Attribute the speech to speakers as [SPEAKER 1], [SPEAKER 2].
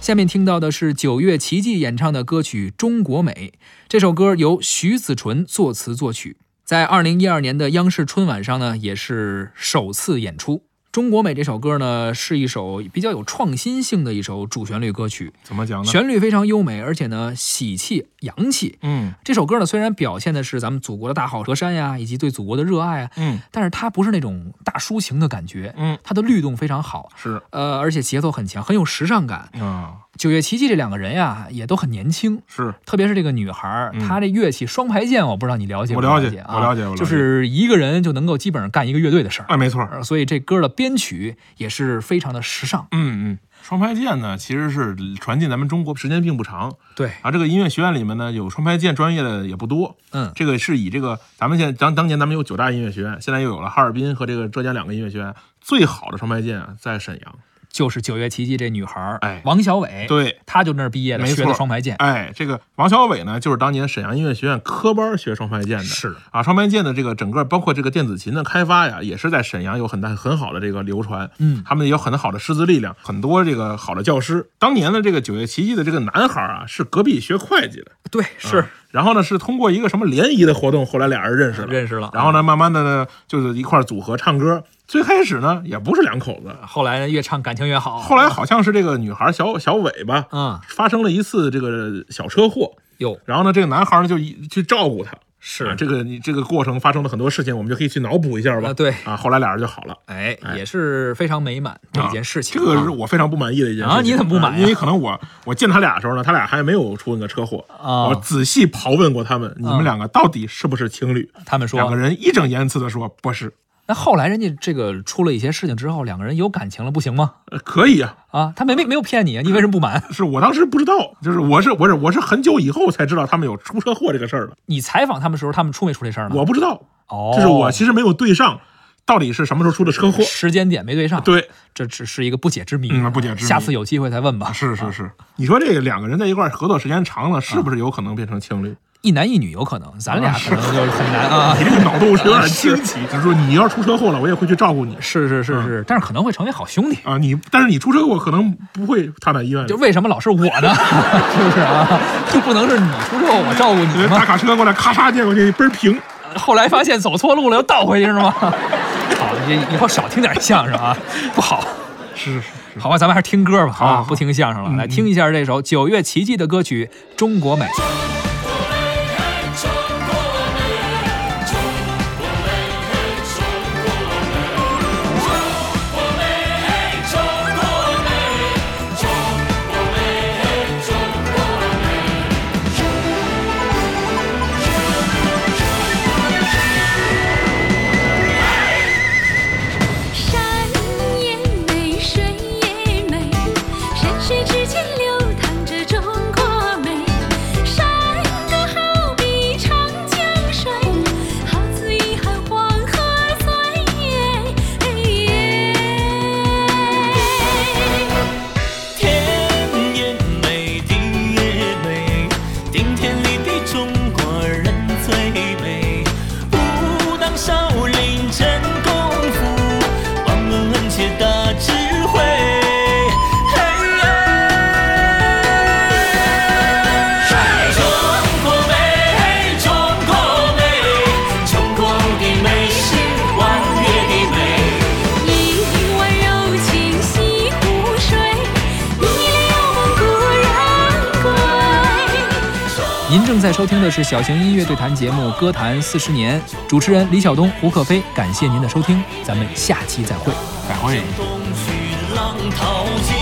[SPEAKER 1] 下面听到的是九月奇迹演唱的歌曲《中国美》。这首歌由徐子纯作词作曲，在二零一二年的央视春晚上呢，也是首次演出。《中国美》这首歌呢，是一首比较有创新性的一首主旋律歌曲，
[SPEAKER 2] 怎么讲呢？
[SPEAKER 1] 旋律非常优美，而且呢喜气洋气。
[SPEAKER 2] 嗯
[SPEAKER 1] 这首歌呢，虽然表现的是咱们祖国的大好河山呀，以及对祖国的热爱啊，
[SPEAKER 2] 嗯
[SPEAKER 1] 但是它不是那种大抒情的感觉，
[SPEAKER 2] 嗯，
[SPEAKER 1] 它的律动非常好，
[SPEAKER 2] 是
[SPEAKER 1] 呃，而且节奏很强，很有时尚感。
[SPEAKER 2] 啊，
[SPEAKER 1] 九月奇迹这两个人呀，也都很年轻，
[SPEAKER 2] 是
[SPEAKER 1] 特别是这个女孩儿，
[SPEAKER 2] 嗯
[SPEAKER 1] 她这乐器双排键，我不知道你了解不
[SPEAKER 2] 我了
[SPEAKER 1] 解，
[SPEAKER 2] 解
[SPEAKER 1] 啊
[SPEAKER 2] 我了解我了解
[SPEAKER 1] 就是一个人就能够基本上干一个乐队的事儿。
[SPEAKER 2] 哎，没错儿。
[SPEAKER 1] 呃所以这歌的编曲也是非常的时尚，
[SPEAKER 2] 嗯嗯，双排键呢，其实是传进咱们中国时间并不长
[SPEAKER 1] 对，
[SPEAKER 2] 啊。这个音乐学院里面呢，有双排键专业的也不多。
[SPEAKER 1] 嗯，
[SPEAKER 2] 这个是以这个咱们现在当当年咱们有九大音乐学院，现在又有了哈尔滨和这个浙江两个音乐学院，最好的双排键啊在沈阳。
[SPEAKER 1] 就是九月奇迹这女孩儿，
[SPEAKER 2] 哎
[SPEAKER 1] 王小伟，，
[SPEAKER 2] 对，
[SPEAKER 1] 她就那儿毕业的，
[SPEAKER 2] 没
[SPEAKER 1] 学的
[SPEAKER 2] 错
[SPEAKER 1] 双排键，
[SPEAKER 2] 哎，这个王小伟呢，就是当年沈阳音乐学院科班学双排键的。
[SPEAKER 1] 是
[SPEAKER 2] 啊，双排键的这个整个包括这个电子琴的开发呀，也是在沈阳有很大很好的这个流传。
[SPEAKER 1] 嗯
[SPEAKER 2] 他们有很好的师资力量，很多这个好的教师。当年的这个九月奇迹的这个男孩啊，是隔壁学会计的，
[SPEAKER 1] 对，是
[SPEAKER 2] 啊然后呢，是通过一个什么联谊的活动，后来俩人认识了。
[SPEAKER 1] 认识了。
[SPEAKER 2] 然后呢，慢慢的呢，就是一块儿组合唱歌。最开始呢，也不是两口子，
[SPEAKER 1] 后来越唱感情越好。
[SPEAKER 2] 后来好像是这个女孩小小伟吧，
[SPEAKER 1] 嗯，
[SPEAKER 2] 发生了一次这个小车祸。
[SPEAKER 1] 有
[SPEAKER 2] 然后呢，这个男孩呢就一去照顾她。
[SPEAKER 1] 是
[SPEAKER 2] 啊，这个你这个过程发生了很多事情，我们就可以去脑补一下吧
[SPEAKER 1] 啊，。对，
[SPEAKER 2] 啊，后来俩人就好了。
[SPEAKER 1] 哎，
[SPEAKER 2] 哎
[SPEAKER 1] 也是非常美满的一件事情
[SPEAKER 2] 这
[SPEAKER 1] 啊。
[SPEAKER 2] 个是我非常不满意的一件事情
[SPEAKER 1] 啊你怎么不满呀
[SPEAKER 2] 因为可能我我见他俩的时候呢，他俩还没有出那个车祸。
[SPEAKER 1] 啊
[SPEAKER 2] 我仔细刨问过他们，你们两个到底是不是情侣？
[SPEAKER 1] 他们
[SPEAKER 2] 两个
[SPEAKER 1] 说，
[SPEAKER 2] 人义正言辞的说不是，
[SPEAKER 1] 那后来人家这个出了一些事情之后，两个人有感情了，不行吗？
[SPEAKER 2] 呃可以啊。
[SPEAKER 1] 啊，他没没没有骗你，你为什么不满？
[SPEAKER 2] 是我当时不知道，就是我是我是我是很久以后才知道他们有出车祸这个事儿的，
[SPEAKER 1] 你采访他们的时候，他们出没出这事儿呢？
[SPEAKER 2] 我不知道，
[SPEAKER 1] 哦，
[SPEAKER 2] 就是我其实没有对上，到底是什么时候出的车祸。
[SPEAKER 1] 时间点没对上，，
[SPEAKER 2] 对，
[SPEAKER 1] 这只是一个不解之谜，
[SPEAKER 2] 嗯不解之谜
[SPEAKER 1] 下次有机会再问吧。
[SPEAKER 2] 啊是是是，你说这两个人在一块儿合作时间长了，是不是有可能变成情侣？
[SPEAKER 1] 一男一女有可能，咱俩可能就是很难啊
[SPEAKER 2] 你。这个脑洞是有点清奇。 他说你要是出车祸了，我也会去照顾你
[SPEAKER 1] 是是是
[SPEAKER 2] 嗯
[SPEAKER 1] 是，但是可能会成为好兄弟。
[SPEAKER 2] 啊。你但是你出车祸可能不会躺在医院里
[SPEAKER 1] 就，为什么老是我呢？ 是不是啊？就不能是你出车祸我照顾你
[SPEAKER 2] 人家
[SPEAKER 1] 吗
[SPEAKER 2] 大？卡车过来咔嚓见过去倍儿平。
[SPEAKER 1] 后来发现走错路了，又倒回去是吗？ 好，以以后少听点相声啊，不好。
[SPEAKER 2] 是是是，
[SPEAKER 1] 好吧，咱们还是听歌吧，
[SPEAKER 2] 好嗯
[SPEAKER 1] 啊，
[SPEAKER 2] 好
[SPEAKER 1] 不听相声了，来听一下这首九月奇迹的歌曲《中国美》。
[SPEAKER 3] 山也美，水也美，山水之间流淌着中国美。山歌好比长江水，好似一汉黄河三月。
[SPEAKER 4] 天也美，地也美，顶天立地中国人最美。武当少林真功夫，望闻问切大智慧。嘿耶中国美，嘿中国美，中国的美是万月的美。
[SPEAKER 3] 一碗柔情西湖水，一帘幽梦故人归。
[SPEAKER 1] 您正在收听的是小型音乐对谈节目《歌坛四十年》，主持人李晓东、胡克飞，感谢您的收听，咱们下期再会。
[SPEAKER 2] 百会。
[SPEAKER 4] 东去浪淘尽，